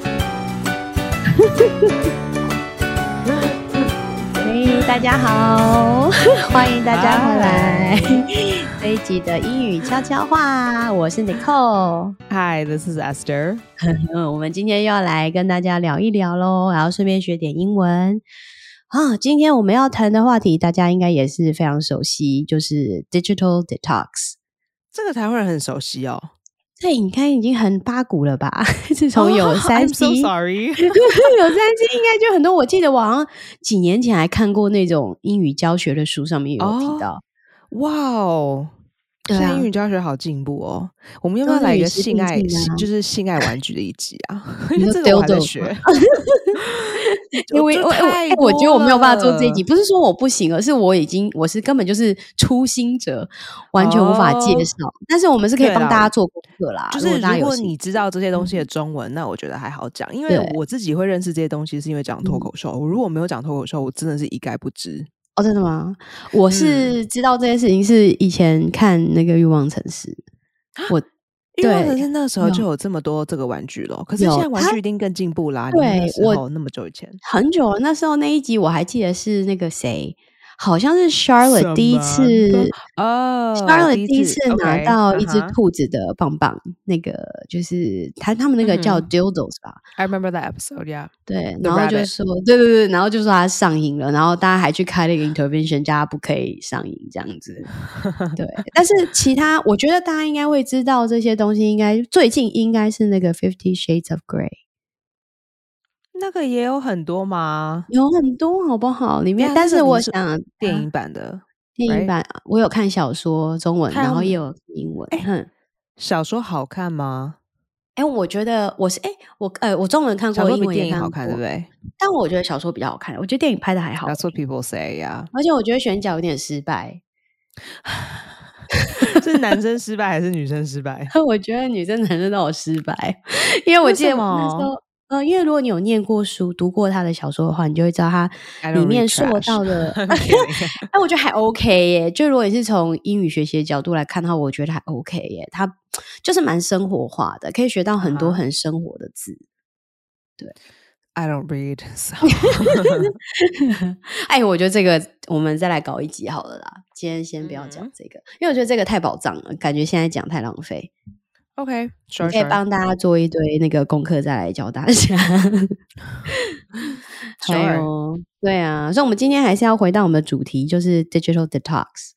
嘿，哎大家好，欢迎大家回来 这一集的英语悄悄话，我是 Nicole。 Hi, this is Esther. 嗯，我们今天要来跟大家聊一聊喽，然后顺便学点英文啊。今天我们要谈的话题，大家应该也是非常熟悉，就是 digital detox。这个台湾人很熟悉哦。这应该已经很八股了吧？ 自从有 Oh, 三 I'm C，、 so sorry. 有三 C 应该就很多。我记得我好像几年前还看过那种英语教学的书，上面有提到。哇哦，对现在啊英语教学好进步哦。我们要不要都是来一与个时性并爱，进啊性就是性爱玩具的一集 啊？你因为说这个我还在 dildo 学吗。因我为就我我太哎我觉得我没有办法做这一集，不多是说我不行，而是我已经我是根本就是初心者，完全无法介哦绍。但是我们是可以对帮啦大家做功课啦了，，就如是果大家如有果兴你知道这些东西的中文，那我觉得还好讲，因为对我自己会认识这些东西是因为讲脱口秀。我如果没有讲脱口秀，我真的是一概不知。哦，真的吗？嗯我是知道这件事情是以前看那个《欲望城市》，我因为可对是那时候有就有这么多这个玩具了，可是有现在玩它具一定更进步啦。你们那对时我候那么久以前，很久了，那时候那一集我还记得是那个谁，好像是 Charlotte 第一次 Samantha 哦 Charlotte 第一次拿到一只兔。兔子的棒棒，那个就是他他们那个叫嗯 dildos 吧， I remember that episode, yeah. 对， The 然后就 rabbit 说对对对，然后就说他上瘾了，然后大家还去开了一个 intervention，叫他不可以上瘾这样子。 对，但是其他我觉得大家应该会知道这些东西，应该最近应该是那个 Fifty Shades of Grey 那个也有很多吗？有很多好不好？里面，对啊但那是个你我是想电啊影版的电影 right？版，我有看小说中文，它然有后也美有英文。哎哼。小说好看吗？哎、我觉得我是哎、我呃，我中文看小过，说英比文也电影好看看，对不过，对但我觉得小说比较好看，我觉得电影拍的还好， ？That's what people say, yeah. 而且我觉得选角有点失败，是男生失败还是女生 失败？我觉得女生男生都好失败，因为我为记得什我那时么候，呃，因为如果你有念过书、读过他的小说的话，你就会知道他 I 里 don't read 面说 trash. 到的。 I'm kidding. 哎，我觉得还 OK 耶。就如果你是从英语学习的角度来看的话，我觉得还 OK 耶。他就是蛮生活化的，可以学到很多啊哈很生活的字。 I don't read. So. 哎，我觉得这个我们再来搞一集好了啦。今天先不要讲嗯这个，因为我觉得这个太宝藏了，感觉现在讲太浪费。 OK, 你 sure, 可以 sure. 帮大家做一堆那个功课，再来教大 家。还 Sure 有，对啊，所以我们今天还是要回到我们的主题，就是 digital detox。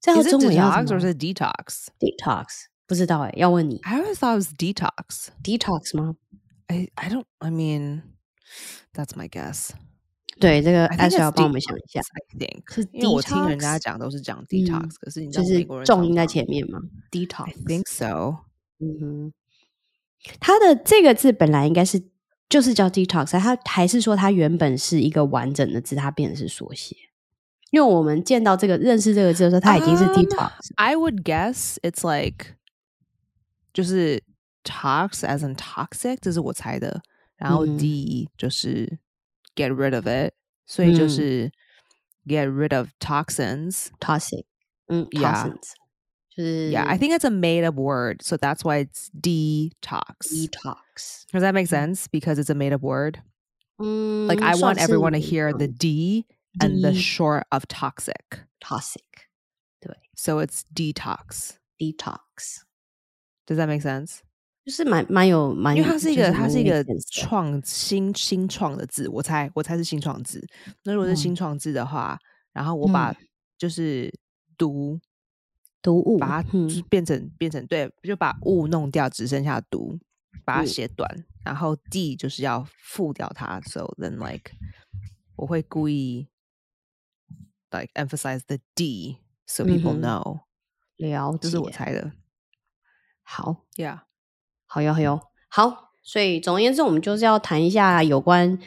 这要 Is it 中文要 detox 怎 or 么 is it detox? detox？不知道哎、要问你 I always thought it was detox. detox 吗？ I I don't. I mean, that's my guess. 对，这个 I think S 要 it's 帮我们想一下 detox,，I think. 是因为我听人家 detox，讲都是讲嗯 detox，、可是你就知道美是国人重音在常常前面嘛，detox I。think so. 嗯哼，它的这个字本来应该是就是叫 detox，啊它还是说它原本是一个完整的字，它变成是缩写？因为我们见到这个认识这个字的时候，它已经是 Um, detox，、 I would guess it's like 就是 tox as in toxic，这是我猜的。然后嗯 D 就是 get rid of it，所以就嗯是 get rid of toxins。 toxic，嗯 Yeah ，toxins，就是 Yeah, I think it's a made up word, so that's why it's detox. detox。Mm. Does that make sense? Because it's a made up word. 嗯 Like I 算 want 是 everyone to hear the D and the Mm, D short of toxic. toxic So it's detox. detox， Does that make sense？就是蛮蛮有蛮，因为它是一个，就它蛮是一有个 sense 的创新新创的字，我猜我猜是新创字。那如果是新创字的话，然后我把就是读毒物，把它嗯就是变成变成对，就把物弄掉，只剩下读，把它嗯写短，然后 d 就是要复掉它。So then like 我会故意 like emphasize the d so people 嗯哼 know，了这解是，我猜的。好。 Yeah，好哟，好哟，好。所以总而言之，我们就是要谈一下有关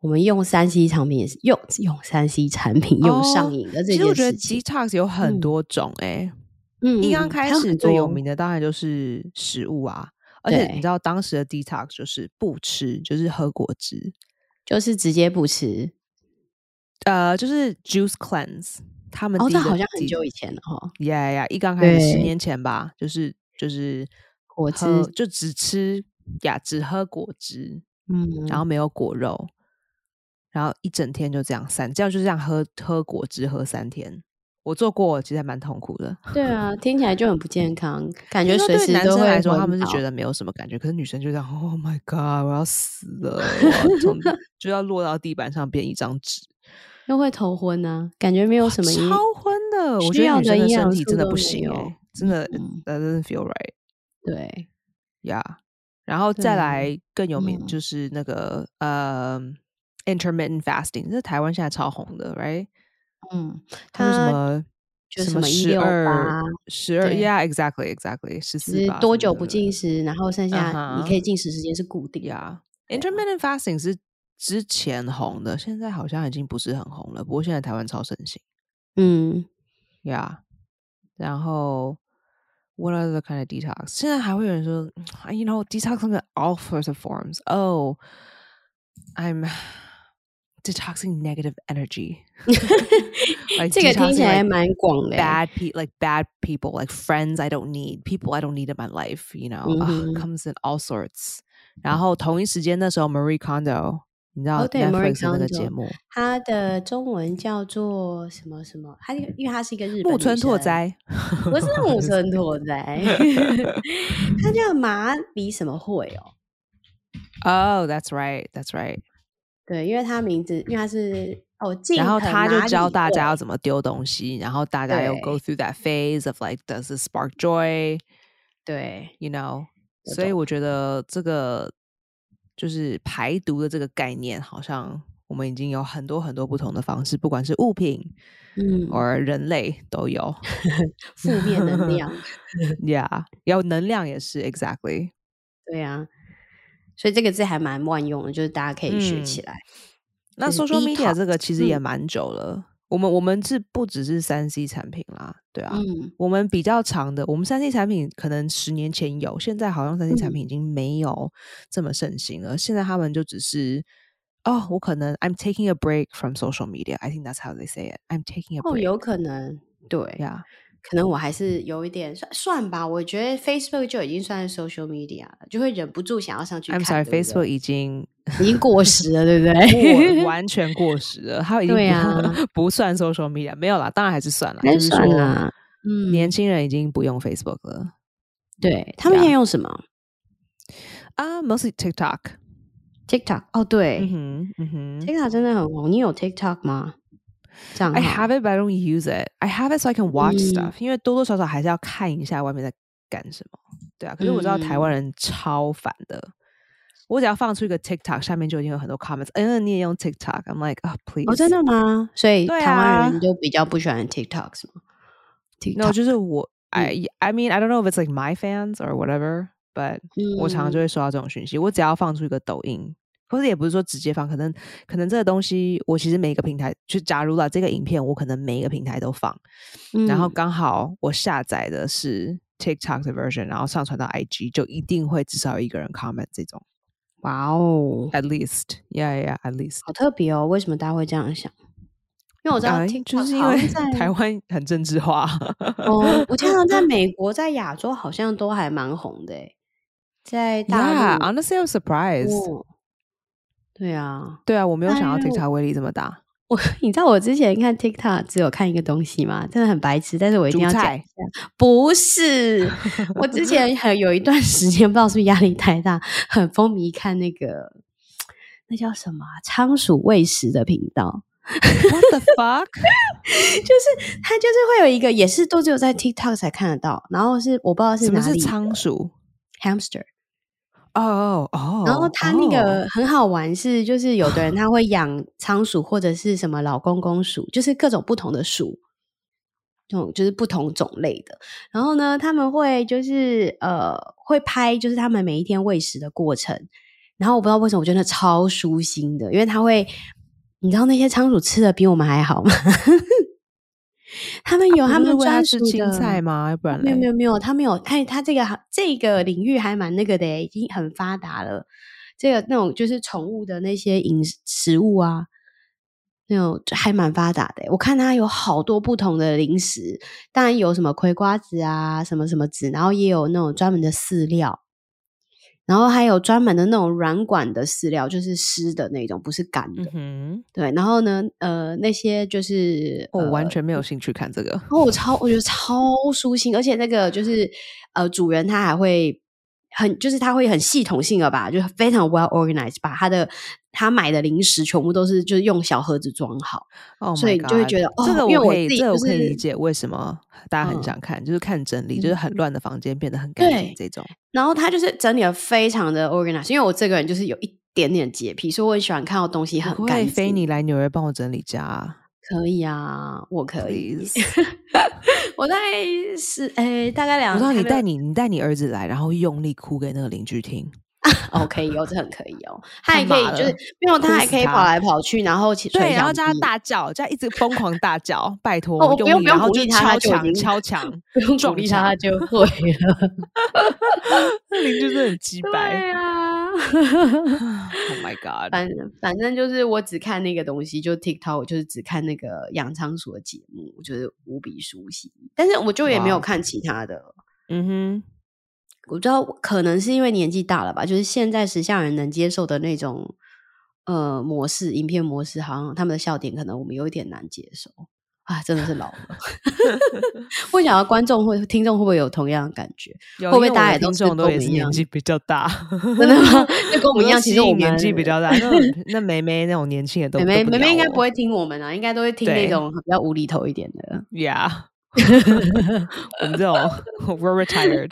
我们用三 C 产品也是用用三 C 产品用上哦瘾的这其实件我觉得事情。 detox 有嗯很多种哎、嗯，一嗯刚嗯开还有始很最有多名的当然就是食物啊，而且对你知道当时的 detox 就是不吃，就是喝果汁，就是直接不吃。呃，就是 juice cleanse。他们哦，第一这个好像很久以前了哈。呀呀，一刚开始十对年前吧，就是就是果汁喝就只吃呀，只喝果汁，嗯，然后没有果肉，然后一整天就这样三，这样就这样喝喝果汁喝三天。我做过，其实还蛮痛苦的。对啊，听起来就很不健康，感觉听说随对时男都生会来说，昏他们是倒觉得没有什么感觉，可是女生就这样，Oh my god，我要死了，我要从就要落到地板上变一张纸，又会头昏啊，感觉没有什么营超昏的。我需觉要得女的营生养身体素真的都不没行有欸真的嗯 that doesn't feel right 对， yeah。然后对啊再来更有名嗯就是那个呃 intermittent fasting，这台湾现在超红的，right？嗯，它是什它么就什什么十二168十二对，yeah exactly exactly 十就四是吧多什么久的不进食，然后剩下你哈可以进食时间是固定的。 Yeah, intermittent fasting 是之前红的，现在好像已经不是很红了。不过现在台湾超盛行。嗯， Yeah，然后 what other kind of detox？现在还会有人说啊，you know detox in all sorts of forms. Oh, I'm detoxing negative energy. like 这个听 detoxing, 起来 like, 蛮广的欸。 bad people like bad people like friends i don't need people i don't need in my life you know Ugh, Mhm. comes in all sorts 然后同一时间那时候 marie kondo 你知道哦对，Marie Netflix 的那个节 Kondo 目它的中文叫做什么什么？它因为它是一个日本木村女拓生，哉，不 是木村拓哉，它叫麻里什么会哦？ Oh, that's right, that's right。对，因为它名字，因为它是哦，近然后藤他就麻教里大家惠要怎么丢东西，然后大家又 go through that phase of like does it spark joy, 对 you know？我所以懂我觉得这个就是排毒的这个概念，好像我们已经有很多很多不同的方式，不管是物品，嗯而人类都 有负面能 量， ，Yeah，要能量也是 exactly。对啊，所以这个字还蛮万用的，就是大家可以学起嗯来。那就是 social media detox，这个其实也嗯蛮久了，我们我们是不只是三 C 产品啦，对啊，嗯我们比较长的，我们三 C 产品可能十年前有，现在好像三 C 产嗯品已经没有这么盛行了。现在他们就只是，哦，我可能 I'm taking a break from social media. I think that's how they say it. I'm taking a 哦， break. 有可能，对 Yeah，可能我还是有一点算算吧，我觉得 Facebook 就已经算是 social media 了，就会忍不住想要上去看。 I'm sorry, 对不对 Facebook 已经已经过时了，对不 过对？完全过时了，它已经对不,、啊不算 social media，没有啦，当然还是算了，还就是是算说啦嗯年轻人已经不用 Facebook 了对他们现在用什么啊、m o s t l y TikTok。 TikTok？哦，对嗯哼，嗯哼。哎，TikTok 真的很红。你有 TikTok 吗？账 I 号？ have it, but I don't use it. I have it so I can watch 啊嗯 stuff，、因为多多少少还是要看一下外面在干什么。对啊，可是我知道台湾嗯人超烦的。我只要放出一个 TikTok，下面就已经有很多 comments。嗯，你也用 TikTok。I'm like, oh, please. 哦，真的吗？所以对台湾人啊就比较不喜欢 TikTok 是吗 No， ？TikTok，就 是我，I 嗯 I mean I don't know if it's like my fans or whatever, but 我常常就嗯会收到这种讯息。我只要放出一个抖音，或者也不是说直接放，可能可能这个东西我其实每一个平台，就假如了这个影片，我可能每一个平台都放，然后嗯刚好我下载的是 TikTok 的 version，然后上传到 IG，就一定会至少有一个人 comment 这种哇哦， ，at least，yeah yeah，at least。好特别哦！为什么大家会这样想？因为我知道哎 TikTok 就是因好像为在 台湾很政治化， 哦，我记得在美国、在亚洲好像都还蛮红的欸，在大 Yeah, 陆。 honestly, I'm surprised. 哦，对啊，对啊，我没有想到哎 TikTok 威力这么 大。我 你知道我之前看 TikTok 只有看一个东西吗？真的很白痴，但是我一定煮要讲菜一下。不是，我之 前很有一段时间，不知道是不是压力太大，很风靡看那个那叫什么啊仓鼠喂食的频道。 What the fuck？就是它就是会有一个，也是都只有在 TikTok 才看得到，然后是我不知道是什么哪是里仓鼠？ hamster，哦哦，然后它那个很好玩是，就是有 的人他会养仓鼠或者是什么老公公鼠，就是各种不同的鼠，这种就是不同种类的。然后呢，他们会就是呃会拍，就是他们每一天喂食的过程。然后我不知道为什么，我觉得超舒心的，因为它会，你知道那些仓鼠吃的比我们还好吗？ 他们有他他们们喂它专吃属青的菜吗？要不然没有没嘞有没有，他没有，哎，他这个行这个领域还蛮那个的耶，已经很发达了。这个那种就是宠物的那些饮食食物啊，那种就还蛮发达的耶。我看它有好多不同的零食，当然有什么葵瓜子啊，什么什么子，然后也有那种专门的饲料，然后还有专门的那种软管的饲料，就是湿的那种，不是干的。嗯对，然后呢，呃，那些就是哼，我呃哦完全没有兴趣看这个。哦然后我超我觉得超舒心，而且那个就是呃，主人他还会很就是他会很系统性的吧，就是非常 well organized，把他的他买的零食全部都是就是用小盒子装好。哦，所以你就会觉得这哦个因为我我可以，自己这个我就可以理是解为什么大家很嗯想看，就是看整理，就是很乱的房间变得很干对净这种。然后他就是整理的非常的 organized，因为我这个人就是有一点点洁癖，所以我很喜欢看到东西可很不可干以净。非你来纽约帮我整理家啊可以啊，我可以。 ，please？我大概是诶、大概我 两，知道还你没有带你你带你儿子来，然后用力哭给那个邻居听。哦，可以哦，这很可以哦。他太还可以麻就是了，没有哭他还死可以他跑来跑去，然后对，然后加叫他大叫，叫他一直疯狂大叫，拜托，哦我不用用力不用然后鼓就励他他敲就已墙经敲墙，不用撞鼓励他，墙他就会 了。那 邻居真的很鸡掰。啊， Oh my god！反反正就是我只看那个东西，就 TikTok，我就是只看那个养仓鼠的节目，我觉得无比熟悉。但是我就也没哇有看其他的。嗯我知道可能是因为年纪大了吧，就是现在时下人能接受的那种呃模式，影片模式，好像他们的笑点可能我们有一点难接受啊，真的是老了。 我想要观众会听众会不会有同样的感觉？哼，有会不会因为我大家的也都听是众跟都我也们是一年样纪比较大？真的 吗？就跟我们一都样，其吸实我引们年纪比较大，那 种那妹妹那种年轻人都妹妹都妹妹应该不会会听我们啊，应该都会听对那种比较无厘头一点 的。 呀。我们这种 we're retired，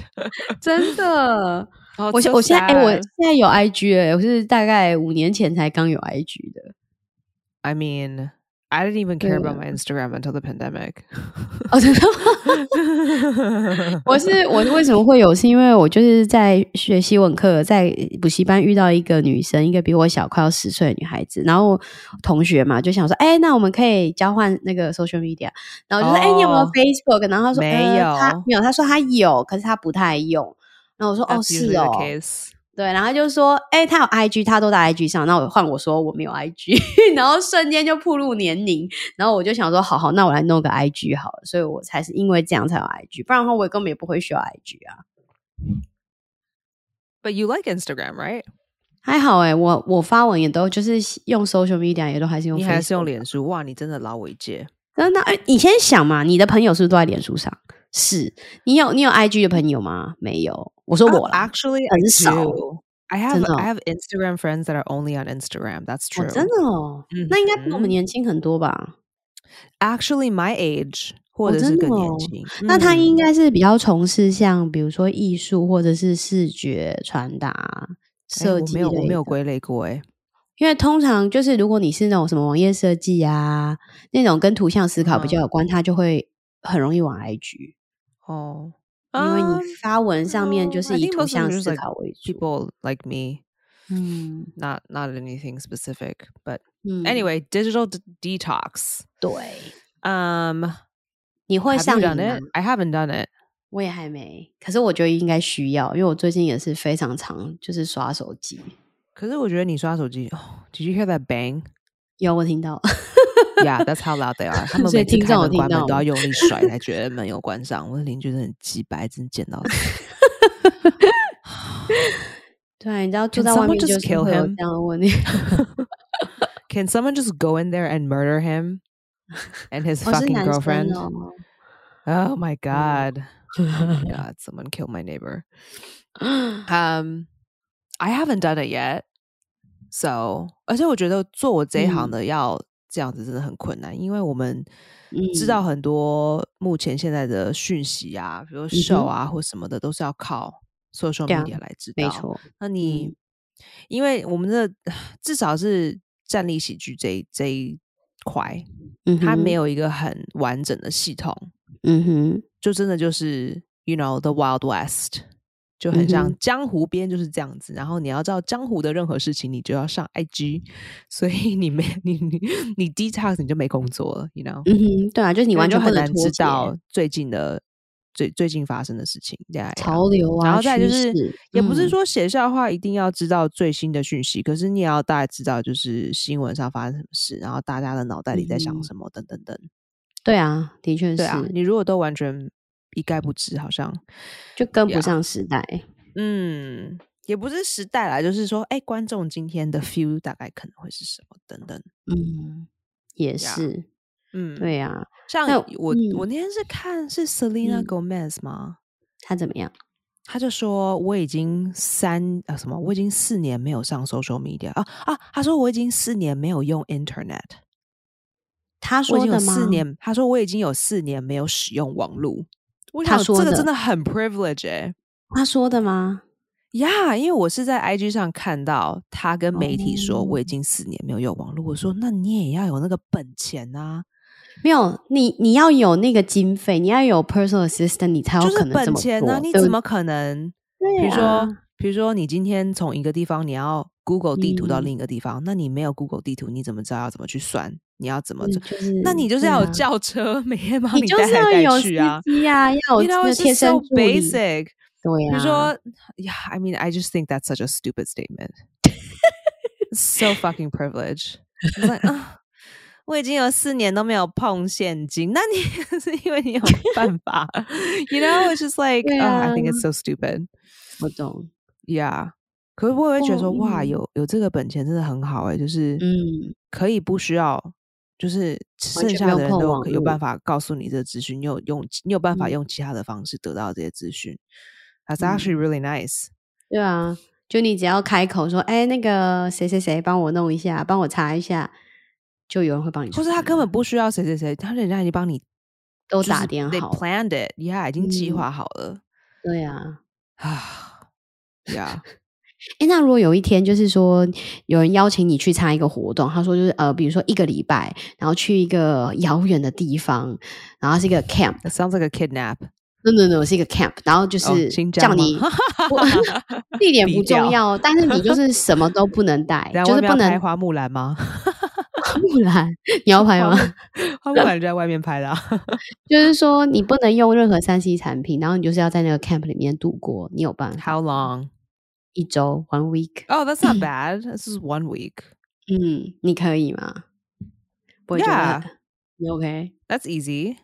真的，我我现我现在哎、我现在有 IG 哎、我是大概五年前才刚有 IG 的。 I mean I didn't even care 对 about my Instagram until the pandemic。哦，真的吗？ 我是我是为什么会有？是因为我就是在学习文课，在补习班遇到一个女生，一个比我小快要十岁的女孩子，然后同学嘛就想说，哎、那我们可以交换那个 social media，然后我就说，哎、你有没有哦 Facebook？然后她说没呃她有没有，她说她有，可是她不太用。然后我说， 哦， That's 是 usually 哦 the，case 对，然后她就说，哎、她有 IG，她都在 IG 上，那我换我说我没有 IG，然 后瞬间就暴露年龄，然后我就想说，好好，那我来弄个 IG 好了，所以我才是因为这样才有 IG，不然的话我也根本也不会需要 IG 啊。 But you like Instagram, right? 还好哎、我我发文也都就是用 social media，也都还是用，你还是用，脸书？哇，你真的老我一届。真的哎、你先想嘛，你的朋友是不是都在脸书上？是你有你有 IG 的朋友吗？没有，我说我 Oh, 啦， actually, I 很少 do. I have 真的 I 哦 have Instagram friends that are only on Instagram. That's 哦 true.，嗯真的哦，那应该比我们年轻很多吧？ Actually, my age 或者真是的更年哦轻。那他嗯应该是比较从事像比如说艺术或者是视觉传达、哎设我计没有我类没有的归类过哎、因为通常就是如果你是那种什么网页设计啊，那种跟图像思考比嗯较有关，它就会很容易往 IG，、哦，因为 Um, 你发文上面就 no, 是 I 以 think 图 most of them 像 are just 思 like 考为主。 people like me, 嗯 not not anything specific. But 嗯 anyway, digital d- detox. 对， Um, 你会 have 上 you 瘾 done 吗 it?？I haven't done it. 我也还没，可是我觉得应该需要，因为我最近也是非常常就是刷手机。可是我觉得你刷手机哦，Did you hear that bang? 有我听到， Yeah, that's how loud they are. 他们所以每次听开众有门听关门到都要吗用力甩才觉得门有关上。我的邻居真的很鸡白，真见到 他。对啊，你知道住 Can 在外 someone 面就 just 是 kill 会有 him？这样的问题。 Can someone just go in there and murder him and his 我是 fucking 男生 girlfriend? 哦， Oh my god. Oh my god, someone killed my neighbor. Um I haven't done it yet. So 而且我觉得做我这一行嗯的要这样子真的很困难，因为我们知嗯道很多目前现在的讯息啊，比如嗯哼 show 啊或什么的，都是要靠 social 对啊 media 来知道。没错，嗯那你、因为我们的至少是站立喜剧这一这一块，嗯它没哼，有一个很完整的系统，嗯哼，就真的就是 you know the wild west，就很像嗯江湖边就是这样子。然后你要知道江湖的任何事情，你就要上 IG，所以你没你你你 detox 你就没工作了，you know，嗯哼，对啊，就是你因为完就全不很能难脱知节道最近的最最近发生的事情。对啊，潮流啊，然后再就趋是势也不是嗯说写笑话一定要知道最新的讯息，可是你也要大概知道就是新闻上发生什么事，然后大家的脑袋里在想嗯什么等等等。对啊，的确是，对啊，你如果都完全一概不知，好像就跟呀不上时代。嗯，也不是时代啦，就是说，哎、观众今天的 feel 大概可能会是什么等等。嗯，也 Yeah 是，嗯，，对啊呀，像那我、我嗯那天是看是 Selena 嗯 Gomez 吗？他怎么样？他就说我已经三啊什么，我已经四年没有上 social media 啊啊！他说我已经四年没有用 internet，他我已说经有的吗？四年，他说我已经有四年没有使用网络。我他想说这个的真的很 privilege 哎、他说的吗？呀因为我是在 IG 上看到他跟媒体说哦我已经四年没有用网络，我说那你也要有那个本钱啊，没有，你你要有那个经费，你要有 personal assistant，你才有就可是能这本么钱做啊，你对怎不么可能？对比如啊说，比如说你今天从一个地方你要 Google 地图到嗯另一个地方，那你没有 Google 地图，你怎么知道要怎么去算？你要怎么对做？就是那你就是对要有 啊轿车每天帮你就带是要来有带司去啊。机啊，要 You 有那 know, 个 it's 贴 just 身 so 助理， basic. 对比呀、如说，Yeah, I mean, I just think that's such a stupid statement. so fucking privilege. It's like, 啊我已经有四年都没有碰现金，那你 是因为你有办法？You know, it's just like, 对 oh, I 啊 think it's so stupid. 我懂， Yeah，可是我会觉得哦说，哇，嗯有有这个本钱真的很好哎、就是 Oh. 嗯，可以不需要，就是剩全不下用的人碰都网可有络办法告诉你这个资讯，你有用，你有办法嗯 Mm. 用其他的方式得到这些资讯。That's actually really nice。对啊，就你只要开口说，哎、那个谁谁谁帮我弄一下，帮我查一下，就有人会帮你处或理是了，他根本不需要谁谁谁，他人家已经帮你都就是打点 they 好了， planned it，yeah，已经计嗯划好了对啊，啊，yeah，哎，那如果有一天就是说有人邀请你去参加一个活动，他说就是呃，比如说一个礼拜，然后去一个遥远的地方，然后是一个 camp，no that sounds like a kidnap。 no no 是一个 camp，然后就哦是新疆叫吗你不 地点低不重调，要，但是你就是什么都不能带然后就是外面要不拍能花木兰吗？不然 你要拍花吗？木 花木兰就在外面拍的啊。就是说你不能用任何三 C 产品，然后你就是要在那个 camp 里面度过，你有办法 How long？一周 one week， Oh, that's not bad. This is one week. 嗯，你可以吗？我觉得 Yeah 你 OK。 That's easy.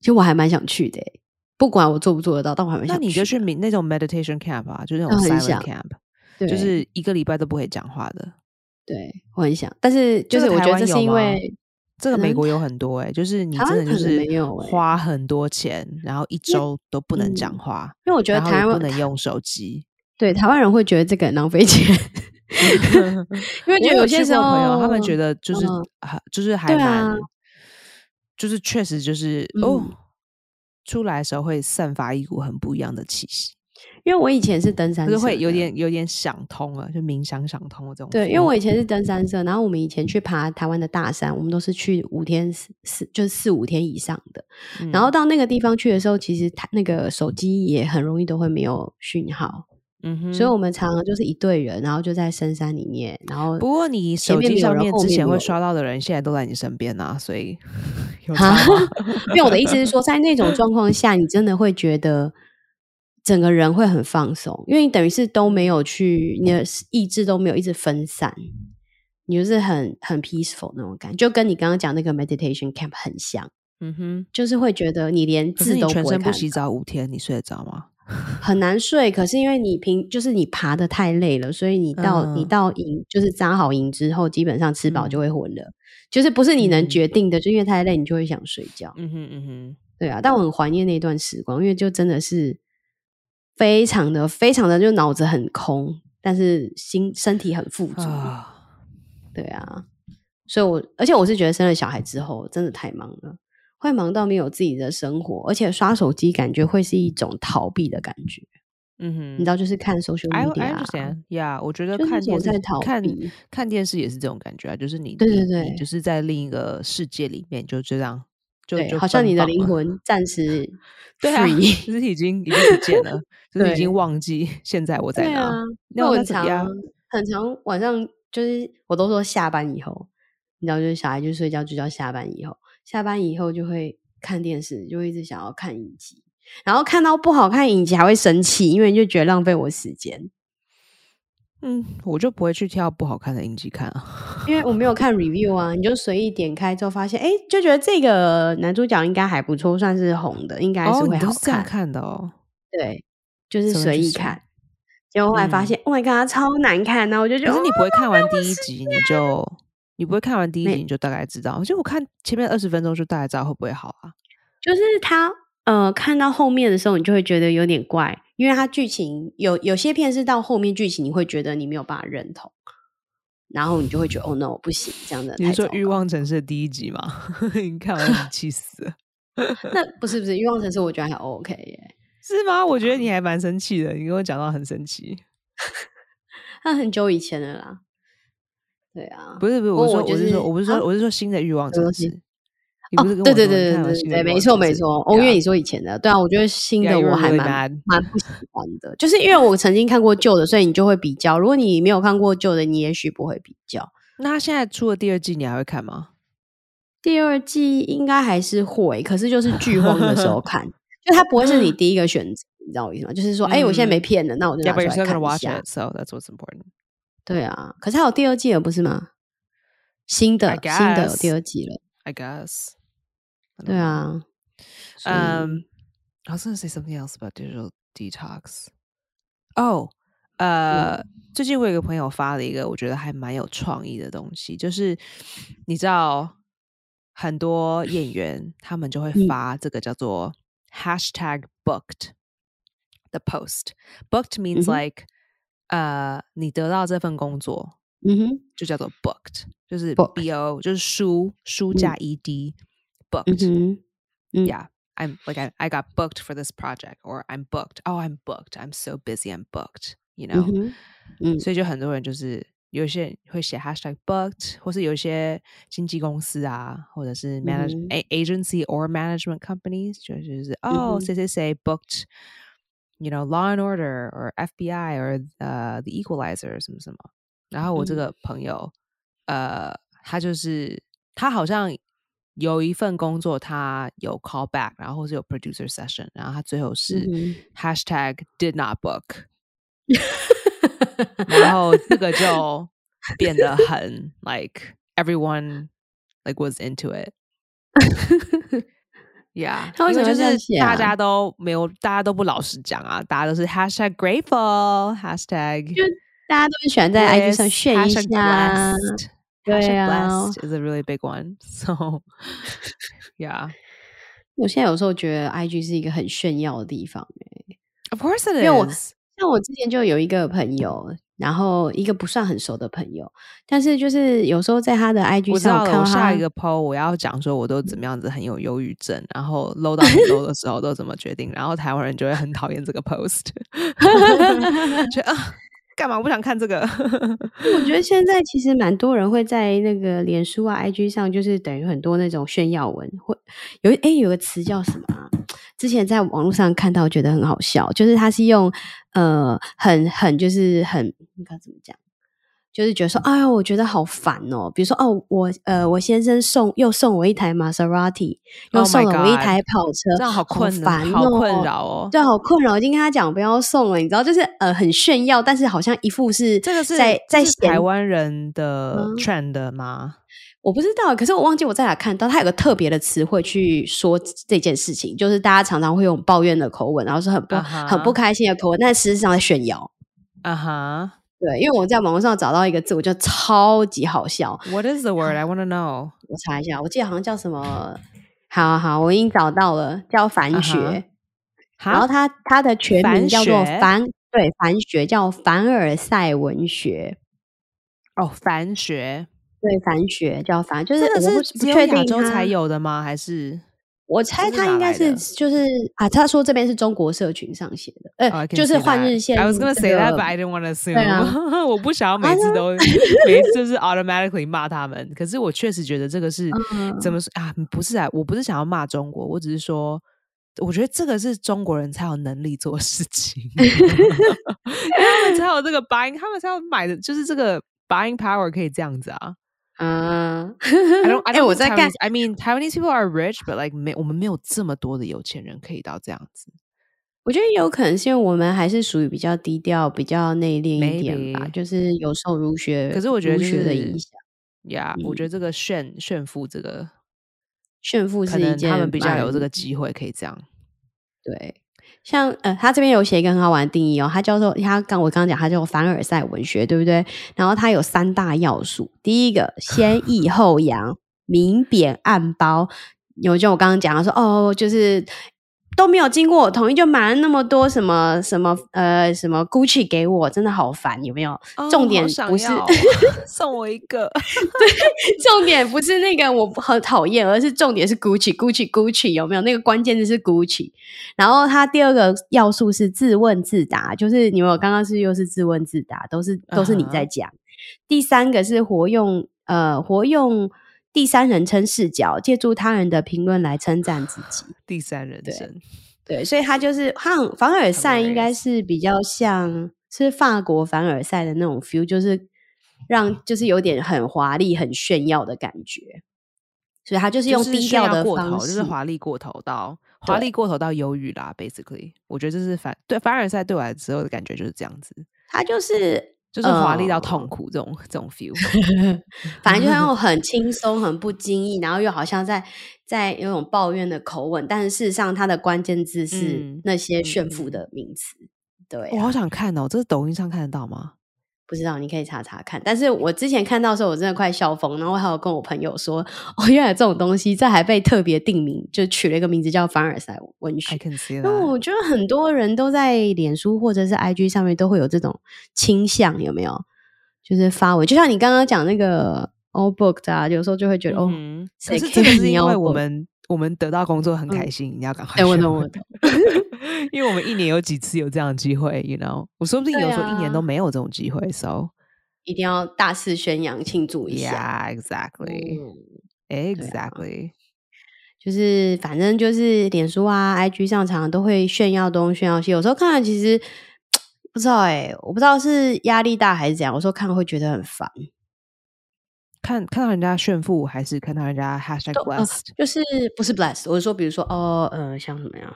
其实我还蛮想去的欸、不管我做不做得到，但我还蛮那想你就去。去民那种 meditation camp 啊，就那那啊种很 silent 想 camp，对，就是一个礼拜都不会讲话的。对我很想，但是就这是个我台觉得湾这是有因吗为这个可美能国有很多哎、就是你台真湾的就可能是没有欸花很多钱，然后一因为周都不能讲嗯话，因为我觉得然后也台不湾能用手机。对台湾人会觉得这个很浪费钱， 因为觉我得有些去时过候朋友他们觉得得就是、嗯啊就是还对蛮，啊就是确实就是、哦嗯，出来的时候会散发一股很不一样的气息。因为我以前是登山就社是的，会有点有点想通了，就冥想想通了这种 feel。对，因为我以前是登山社，然后我们以前去爬台湾的大山，我们都是去五天四四就是四五天以上的，嗯然后到那个地方去的时候，其实它那个手机也很容易都会没有讯号。嗯哼，所以我们常常就是一队人，然后就在深山里面，然后不过你前手面机没有上人面后之面前没会有刷到的人，现在都在你身边啊，所以 有差啊吗？没有我的意思是说，在那种状况下，你真的会觉得整个人会很放松，因为你等于是都没有去，你的意志都没有一直分散，你就是很很 peaceful 那种感觉，就跟你刚刚讲那个 meditation camp 很像， 嗯哼，就是会觉得你连可是字你都全不会身不看，洗澡五天，你睡得着吗？很难睡。可是因为你平就是你爬的太累了，所以你到、你嗯到营就是扎好营之后，基本上吃饱嗯就会昏了。就是不是你能嗯决定的，就因为太累，你就会想睡觉。嗯哼嗯哼，对啊，但我很怀念那段时光，因为就真的是非常的、非常的，就脑子很空，但是心身体很富足。啊，对啊，所以我而且我是觉得生了小孩之后，真的太忙了，会忙到没有自己的生活，而且刷手机感觉会是一种逃避的感觉，嗯哼，你知道，就是看 social I media， I 啊、 understand，yeah，我觉得就是看一种电视在逃看避。看电视也是这种感觉啊，就是你对对你你对就是在另一个世界里面，就这样，就对，就好像奔你的放灵了魂暂时 对啊， free 就是已经已经不见了，就是已对经忘记现在我在对哪。啊，那我我很怎么样常？很常晚上就是我都说下班以后，你知道，就是小孩就睡觉就叫下班以后，下班以后就会看电视，就会一直想要看影集，然后看到不好看影集还会生气，因为就觉得浪费我时间，嗯，我就不会去挑不好看的影集看啊。因为我没有 看 review 啊，你就随意点开之后发现，哎，就觉得这个男主角应该还不错，算是红的，应该是哦，会你都好是这样看，看的哦。对，就是怎么随去意选看。结果后来发现、o h my god，它超难看，然后我就觉得，嗯可是你哦不会看完第一集，你就你不会看完第一没集，你就大概知道。就我看前面二十分钟就大概知道会不会好啊。就是它呃看到后面的时候，你就会觉得有点怪，因为它剧情有有些片是到后面剧情你会觉得你没有办法认同，然后你就会觉得哦 no 不行这样的，你是说太《糟欲糕望城市》的第一集吗？ 你 看完你气死了，那不是不是欲望城市，我觉得还 OK 耶，是吗？我觉得你还蛮生气的，你跟我讲到很生气。那很久以前的啦，对啊，不是不是，不过我说我就我是是说我不是说啊我是说新的欲望什么东城西市，你不是哦跟我对说对你对对看完对新的对，欲没望错城没市错。哦，因为 Yeah 你说以前的，对啊，我觉得新 Yeah, 的 you 我 were 还 really 蛮 mad. 蛮不喜欢的，就是因为我曾经看过旧的，所以你就会比较。如果你没有看过旧的，你也许不会比较。那他现在出了第二季，你还会看吗？第二季应该还是会，可是就是剧荒的 时候看，就它不会是你第一个选择，你知道我意思吗？就是说，哎、我现在没嗯片了，那啊我就 Yeah, 拿 but 出 you're 来 still gonna 看一 watch 下 it,。so that's what's important. 对啊，可是还有第二季了，不是吗？新的 I 新的有 guess 第二季了， I guess. I don't 对 know. 啊。所以 Um, I was gonna say something else about digital detox. Oh, 呃、最近我有一个朋友发了一个我觉得还蛮有创意的东西，就是你知道很多演员他们就会嗯发这个叫做 hashtag booked the post. Booked means 嗯哼 like 呃、你得到这份工作嗯哼，就叫做 booked，就是 Booked b o 就是书书嗯加 e d、嗯 booked。哼，嗯 yeah i'm like I, I got booked for this project or i'm booked oh i'm booked i'm so busy i'm booked you 嗯 know 哼，嗯所以就很多人就是有一些人会写 hashtag booked，或是有一些经纪公司啊，或者是 manage、嗯哼 a- agency or management companies，就就是嗯哦哼谁谁谁 booked。You know, Law and Order or FBI or uh, The Equalizer 什么什么。然后我这嗯个朋友，呃，他就是他好像有一份工作，他有 call back，然后或是有 producer session，然后他最后是嗯 hashtag did not book，哼 然后这个就变得 很 like everyone like was into it。Yeah，他为因什么就会这样是写大啊家都没有，大家都不老实讲啊，大家都是 hashtag grateful，hashtag 就 大家都很喜欢在 IG 上 blessed，炫一 hashtag 下， blessed，对 hashtag 啊 blessed is a really big one. So yeah, 我现在有时候觉得 IG 是一个很炫耀的地方、欸。 of course it 因为我 is. 像我之前就有一个朋友，然后一个不算很熟的朋友，但是就是有时候在他的 IG 我知上嗯道看了，到我下他一个 PO 我要讲说我都怎么样子很有忧郁症，然后 low 到很 low 的时候都怎么决定，然后台湾人就会很讨厌这个 post，觉得啊干嘛我不想看 这个，我觉得现在其实蛮多人会在那个脸书啊、IG 上，就是等于很多那种炫耀文，会有哎、有个词叫什么、啊？之前在网络上看到，觉得很好笑，就是他是用呃很很就是很应该怎么讲？就是觉得说，哎呦，我觉得好烦哦。比如说，哦，我呃，我先生送又送我一台玛莎拉蒂，又 Oh my 送了我一 God 台跑车，这样好困烦哦，好困扰哦。对，啊好困扰，已经跟他讲不要送了，你知道，就是呃很炫耀，但是好像一副是这个是在这在是台嫌湾人的嗯 trend 的吗？我不知道，可是我忘记我在哪看到，他有个特别的词汇去说这件事情，就是大家常常会用抱怨的口吻，然后是很不、啊哈很不开心的口吻，但事实上在炫耀。啊哈、对，因为我在网络上找到一个字，我觉得超级好笑， w h a t is the word? I want to know. 我查一下，我记得好像叫什么，好好，我已经找到了，叫啊哈凡学。然后哈，它它的全凡名叫做学凡，对，凡学叫凡尔赛文学，哦，凡学，对，凡学叫凡，就是这个我不是不只有确亚定洲它才有的吗？还是我猜是他哪应该来的是就是啊，他说这边是中国社群上写的，呃 Oh, I can 就是 say 换 that. 日线。 I was gonna say that, but 白。I didn't want to assume. 啊 我不想要每次那 都每次就是 automatically 骂他们。可是我确实觉得这个是、嗯怎么说啊？不是啊，我不是想要骂中国，我只是说。我觉得这个是中国人才有能力做事情， 因为他们才有这个 buying，他们才有买的，就是这个 buying power 可以这样子啊。啊， I don't, I 哎， don't 我 think 在干 Taiwanese-，I mean, Taiwanese people are rich, but like 没我们没有这么多的有钱人可以到这样子。我觉得有可能是因为我们还是属于比较低调、比较内敛一点吧 Maybe 就是有受儒学，可是我觉得儒就学是的影响，嗯呀我觉得这个炫炫富这个，炫富可是一能件他们比较有这蛮个机会可以这样。对。像呃，他这边有写一个很好玩的定义哦，他叫做他刚我刚刚讲，他叫做凡尔赛文学，对不对？然后它有三大要素，第一个 先抑后扬，明贬暗褒。有就我刚刚讲的说，哦，就是都没有经过我同意就买了那么多什么什么呃什么 Gucci 给我，真的好烦，有没有？哦 重好点想不是要送我一 个，重点不是那个我很讨厌，而是重点是 Gucci，Gucci，Gucci 有没有？那个关键字是 Gucci。然后它第二个要素是自问自答，就是你们有刚刚是又是自问自答，都是都是你啊哈在讲。第三个是活用呃活用第三人称视角，借助他人的评论来称赞自己。第三人对称，对，所以他就是他很凡尔赛，应该 Hilarious 是比较像是法国凡尔赛的那种 feel，就是让就是有点很华丽、很炫耀的感觉。所以他就是就用是低炫调耀的过方头，式，就是华丽过头到华对丽过头到忧郁啦，basically，我觉得这是凡对凡尔赛对我来之后的感觉就是这样子，他就是就是华丽到呃痛苦这种这种 feel，反正就是 那种很轻松、很不经意，然后又好像在在有种抱怨的口吻，但是事实上他的关键字是嗯那些炫嗯富嗯的名词。对、我啊，好想看哦，这是抖音上看得到吗？不知道，你可以查查看。但是我之前看到的时候，我真的快笑疯。然后我还有跟我朋友说，哦，原来这种东西，这还被特别定名，就取了一个名字叫凡尔赛文学 I。can see 因为 that 我觉得很多人都在脸书或者是 IG 上面都会有这种倾向，有没有？就是发文，就像你刚刚讲那个 all book 的、啊，有时候就会觉得、哦，嗯哼谁可是这个 care 是你因要为我懂们我们得到工作很嗯开心，你要赶快哎，我去懂我懂，因为我们一年有几次有这样的机会，you know，我说不定对有时候一年都啊没有这种机会，so 一定要大肆宣扬庆祝一下。 yeah exactly 嗯 exactly，就是反正就是脸书啊、IG 上常常都会炫耀东炫耀西，有时候看了其实不知道哎、我不知道是压力大还是怎样，有时候看了会觉得很烦，看看到人家炫富，还是看到人家 hashtag 都呃 blessed，就是不是 bless，我是说比如说哦，呃，像什么样。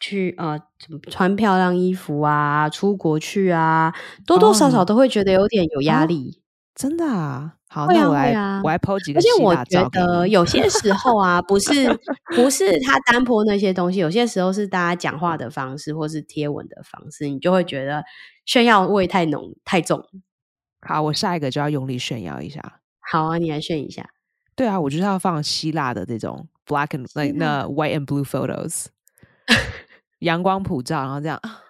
去呃，怎么穿漂亮衣服啊，出国去啊，多多少哦少都会觉得有点有压哦力。真的啊，好，会那啊我会来啊我来 po 几个而且希我腊觉照给得你有些时候啊， 不是不是他单泼那些东西，有些时候是大家讲话的方式或是贴文的方式，你就会觉得炫耀味太浓太重。好，我下一个就要用力炫耀一下。好啊，你来炫一下。对啊，我就是要放希腊的这种 black and 希 like 那 white and blue photos，阳光普照，然后这样啊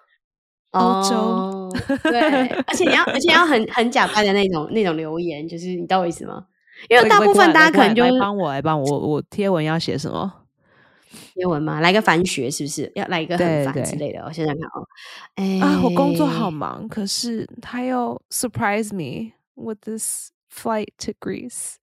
欧洲 哦对，而且你要，而且要很很假扮的那种那种留言，就是你懂我意思吗？因为 Like- 大 like 部分 what- 大家 like 可能 what？就来是帮我来帮我，我我贴文要写什么？贴文嘛，来个反学是不是？要来一个对很烦之对类的。我想想看哦，哎啊，我工作好忙，可是他又 surprise me with this flight to Greece.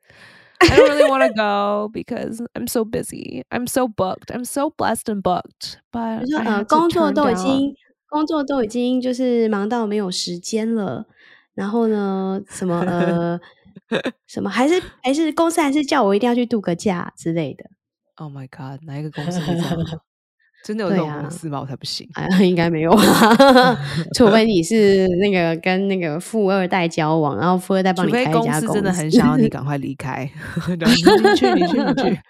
I don't really want to go because I'm so busy. I'm so booked. I'm so blessed and booked. But 就说 I 呃， had to 工作 turn 都已 down- 经工作都已经就是忙到没有时间了，然后呢，什么 呃什么还是还是公司还是叫我一定要去度个假之类的， Oh my god，哪一个公司会 这样啊？真的有这对种啊公司吗？我才不信。啊、 应该没有吧？ 除非你是那个跟那个富二代交往，然后富二代帮除你开非一家公公司真的很想要你赶快离开，然后你去你去 你去，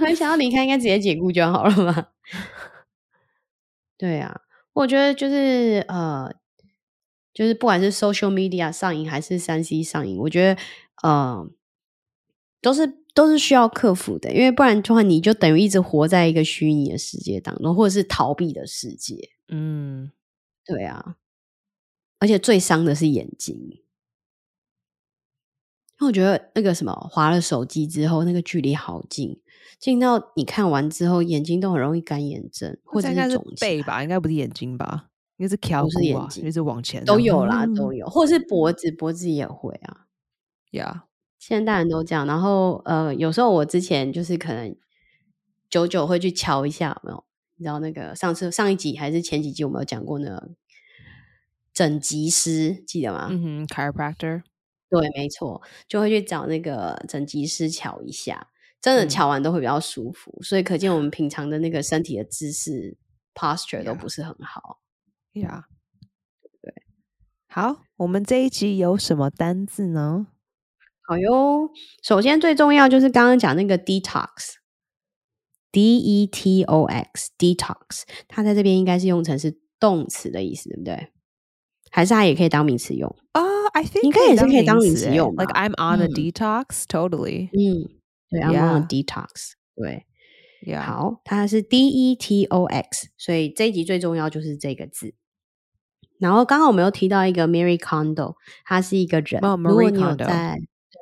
很想要离开，应该直接解雇就好了吧？ 对啊，我觉得就是呃，就是不管是 social media 上瘾还是三 C 上瘾，我觉得呃，都是都是需要克服的，因为不然的话，你就等于一直活在一个虚拟的世界当中，或者是逃避的世界。嗯，对啊，而且最伤的是眼睛。因为我觉得那个什么，划了手机之后，那个距离好近，近到你看完之后，眼睛都很容易干眼症，或者这应该是肿起背来，吧，应该不是眼睛吧，应该是颧不是骨眼啊，睛就是往前都有啦，嗯 都有，或者是脖子，脖子也会啊。呀。现在大人都这样。然后呃，有时候我之前就是可能久久会去瞧一下，有没有？你知道那个上次上一集还是前几集我们有讲过那个整脊师，记得吗？嗯哼，chiropractor，对，没错，就会去找那个整脊师瞧一下，真的嗯瞧完都会比较舒服。所以可见我们平常的那个身体的姿势 posture 都 Yeah 不是很好。啊呀，对，好，我们这一集有什么单字呢？好哟，首先最重要就是刚刚讲那个 detox， D E T O X detox，它在这边应该是用成是动词的意思，对不对？还是它也可以当名词用？ Uh, I think 应该也是可以当名词可以当名词欸。用吧。 Like I'm on a 嗯。 detox, totally. 嗯，对，I'm on a Yeah. detox，对。 Yeah. 好，它是 D E T O X，所以这一集最重要就是这个字。然后刚刚我们又提到一个 Mary Kondo，她是一个人。哦如果，Marie 你有 Kondo 在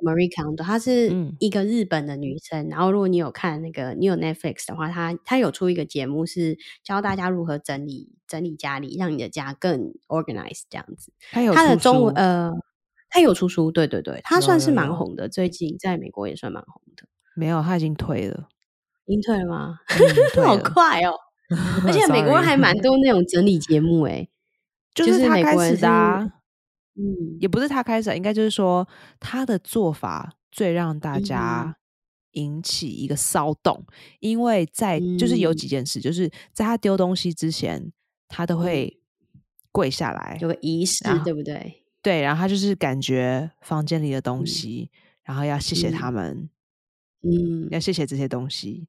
Marie Kondo，她是嗯一个日本的女生。然后如果你有看那个你有 Netflix 的话，她她有出一个节目是教大家如何整理整理家里，让你的家更 organized 这样子。他有她的出中文书。哦呃，她有出书，对对对，她有算是有蛮有红的，最近在美国也算蛮红的。 没有，他已经退了。已经退了吗？ 嗯，退好了。 快哦！而且美国人 Sorry。还蛮多那种整理节目 哎、就是就是他美开国人始的啊是嗯，也不是他开始啊，应该就是说他的做法最让大嗯家引起一个骚动，因为在就是有嗯几件事，就是在他丢东西之前，他都会跪下来，有个仪式然后对不对？对，然后他就是感觉房间里的东嗯西，然后要谢谢他们，嗯要谢谢这些东西，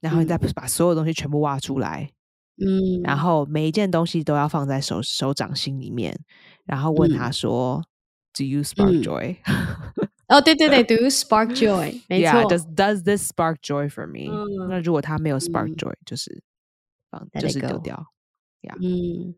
然后你再把所有东西全部挖出来，嗯，然后每一件东西都要放在手手掌心里面，然后问他嗯说、d o you spark 嗯 joy？” 哦对对对，Do you spark joy？没错 Yeah, does does this spark joy for me？、嗯那如果他没有 spark 嗯 joy，、就是放 Let 就 it 是丢 go 掉。嗯，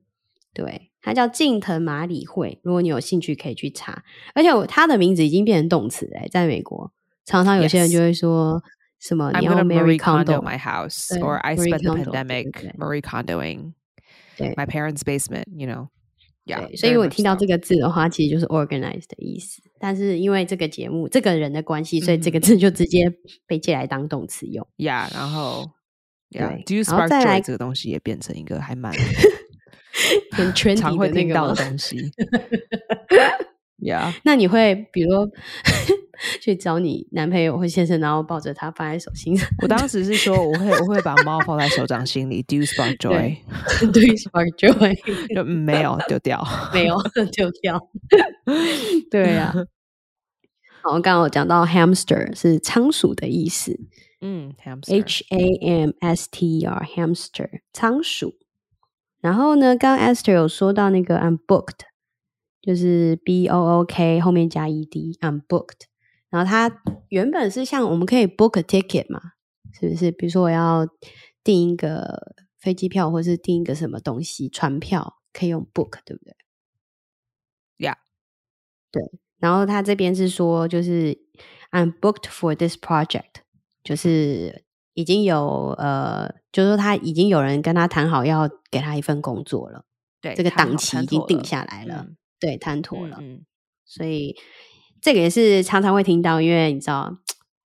对，它叫近藤麻里惠，如果你有兴趣可以去查。而且我它的名字已经变成动词哎、在美国常常有些人就 Yes 会说什么 I'm 你要 gonna Mary Marie Kondo Kondo， my house, 对 or I Marie spent the Kondo，对对 pandemic 对 Marie Kondoing 对 my parents' basement. You know, yeah. 对，所以 very 我 much 听到 so 这个字的话，其实就是 organize 的意思。但是因为这个节目、这个人的关系，所以这个嗯字就直接被借来当动词用。 Yeah，然后对 Yeah, do you 然后 spark 再来 joy 这个东西也变成一个 还蛮 很圈底常会的那听个到吗的东西。Yeah， 那你会比如说 去找你男朋友或先生，然后抱着他放在手心上 我当时是说我会我会把猫放在手掌心里，do you spark 对 joy？对 spark joy 就嗯没有丢掉。 没有丢掉。对 对啊，好，刚刚我讲到 hamster 是仓鼠的意思嗯，hamster ，H A M S T E R hamster 仓鼠。然后呢，刚刚 Esther 有说到那个 I'm booked，就是 B O O K 后面加 E D I'm booked。然后它原本是像我们可以 book a ticket 嘛，是不是？比如说我要订一个飞机票，或是订一个什么东西船票，可以用 book，对不对 Yeah 对。然后它这边是说，就是 I'm booked for this project，就是已经有呃，就是说他已经有人跟他谈好要给他一份工作了，对这个谈档好期谈已经妥定了下来了，嗯对，谈妥嗯了。嗯所以这个也是常常会听到，因为你知道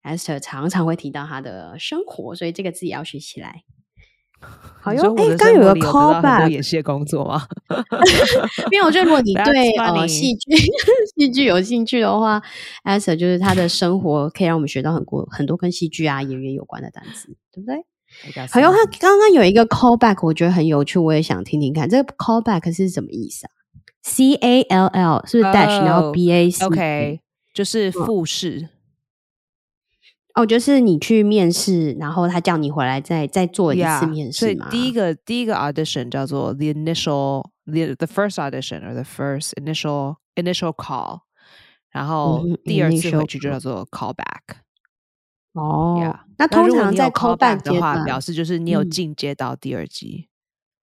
Esther 常常会提到她的生活，所以这个字也要学起来。好你哟说，我哎，的刚有生个活里有得到很多 callback，演戏的工作吗？因为我觉得如果你 That's 对呃 funny 戏剧戏剧有兴趣的话，Esther 就是她的生活可以让我们学到很多很多跟戏剧啊演员有关的单词，对不对？ I guess 还有 not 他刚刚有一个 callback，我觉得很有趣，我也想听听看，这个 callback 是什么意思啊？C A L L 是不是 dash、然后哦 B A C E OK，就是嗯复试。哦，就是你去面试，然后他叫你回来再再做一次 Yeah，面所试以嘛。第一个第一个 audition 叫做 the initial the the first audition or the first initial initial call，然后嗯哼第二次 initial 回去就叫做 callback。哦 Yeah，那那通如果常你有在 callback 阶的段话，表示就是你有嗯进阶到第二级。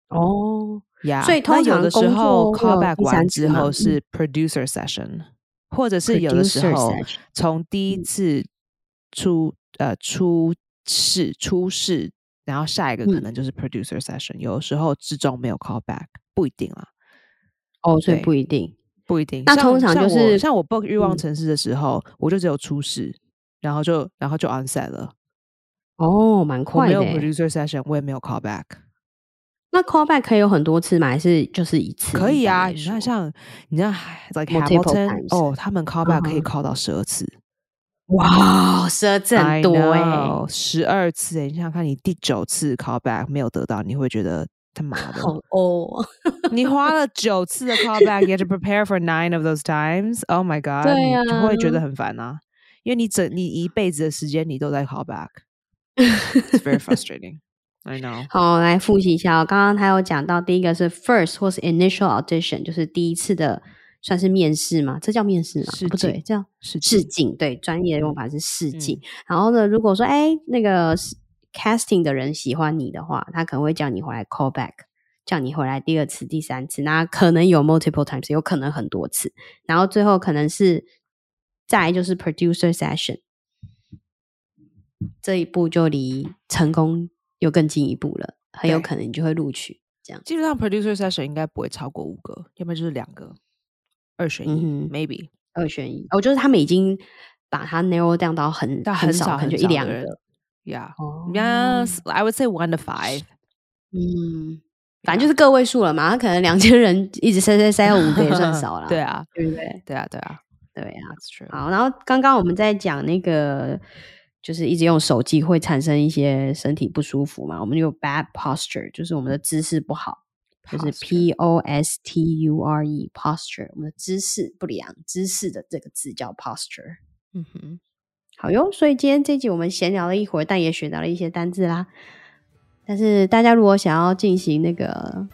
哦，呀，所以通那有常的时工作候会有 callback 第完三次之吗后嗯是 producer session，或者是有的时 Producer 候 session 从第一嗯次出呃出试出试，然后下一个可嗯能就是 producer session，有的时候之中没有 callback，不一定啦，哦，所以对不一定。不一定。那像通常像就我是像我 book 欲望嗯城市的时候，我就只有初试，然后就然后就 on set 了，哦，蛮我快没的有欸。 producer session，我也没有 callback。那 callback 可以有很多次吗？还是就是一次？可一以般啊，来你看说像你像 like Multiple Hamilton times 哦，他们 callback 可以嗯 call 到十二次，哇，十二次很多哎、十二次欸，你想想看，你第九次 callback 没有得到，你会觉得他妈的，好哦，你花了九次的 callback，you have to prepare for nine of those times。Oh my god，对你就会觉啊 得很烦啊，因为你整你一辈子的时间你都在 callback。 It's very frustrating. I know. 好，来复习一下、哦。刚刚他有讲到，第一个是 first 或是 initial audition，就是第一次的算是面试嘛，这叫面试吗试？不对镜，叫是试镜。对，专业的用法是试镜。嗯然后呢，如果说哎那个 s- casting 的人喜欢你的话，他可能会叫你回来 call back，叫你回来第二次、第三次，那可能有 multiple times，有可能很多次。然后最后可能是再来就是 producer session，这一步就离成功又更进一步了，很有对可能你就会录取。基本上 producer session 应该不会超过五个，要么就是两个，二选一、嗯哼 m a y b e 二选一，哦，就是他们已经把它 narrow down 到很但很少，少可能很就一少的两人个。 Yeah. 哦 Yes, I would say one to five. 嗯，啊反正就是个位数了嘛，他可能两千人一直塞塞塞到五个也 算少了，对啊，对不对？对啊，对啊对呀、 ，That's true. 好，然后刚刚我们在讲那个，就是一直用手机会产生一些身体不舒服嘛，我们有 bad posture，就是我们的姿势不好，就是 Posture p o s t u r e posture，我们的姿势不良，姿势的这个字叫 posture。嗯哼，好哟，所以今天这集我们闲聊了一会儿，但也学到了一些单字啦。但是大家如果想要进行那个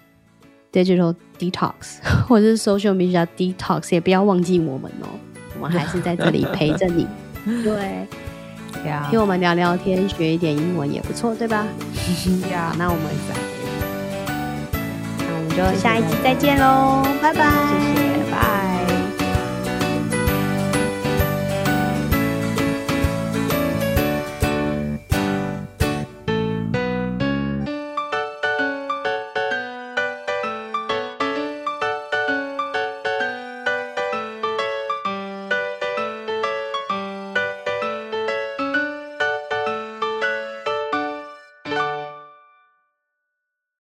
digital detox 或者是 social media detox，也不要忘记我们哦，我们还是在这里陪着 你。对，对啊听我们聊聊天，学一点英文也不错，对吧？好， ，Yeah，那我们那我们就下一期再见喽，拜拜，谢谢，拜。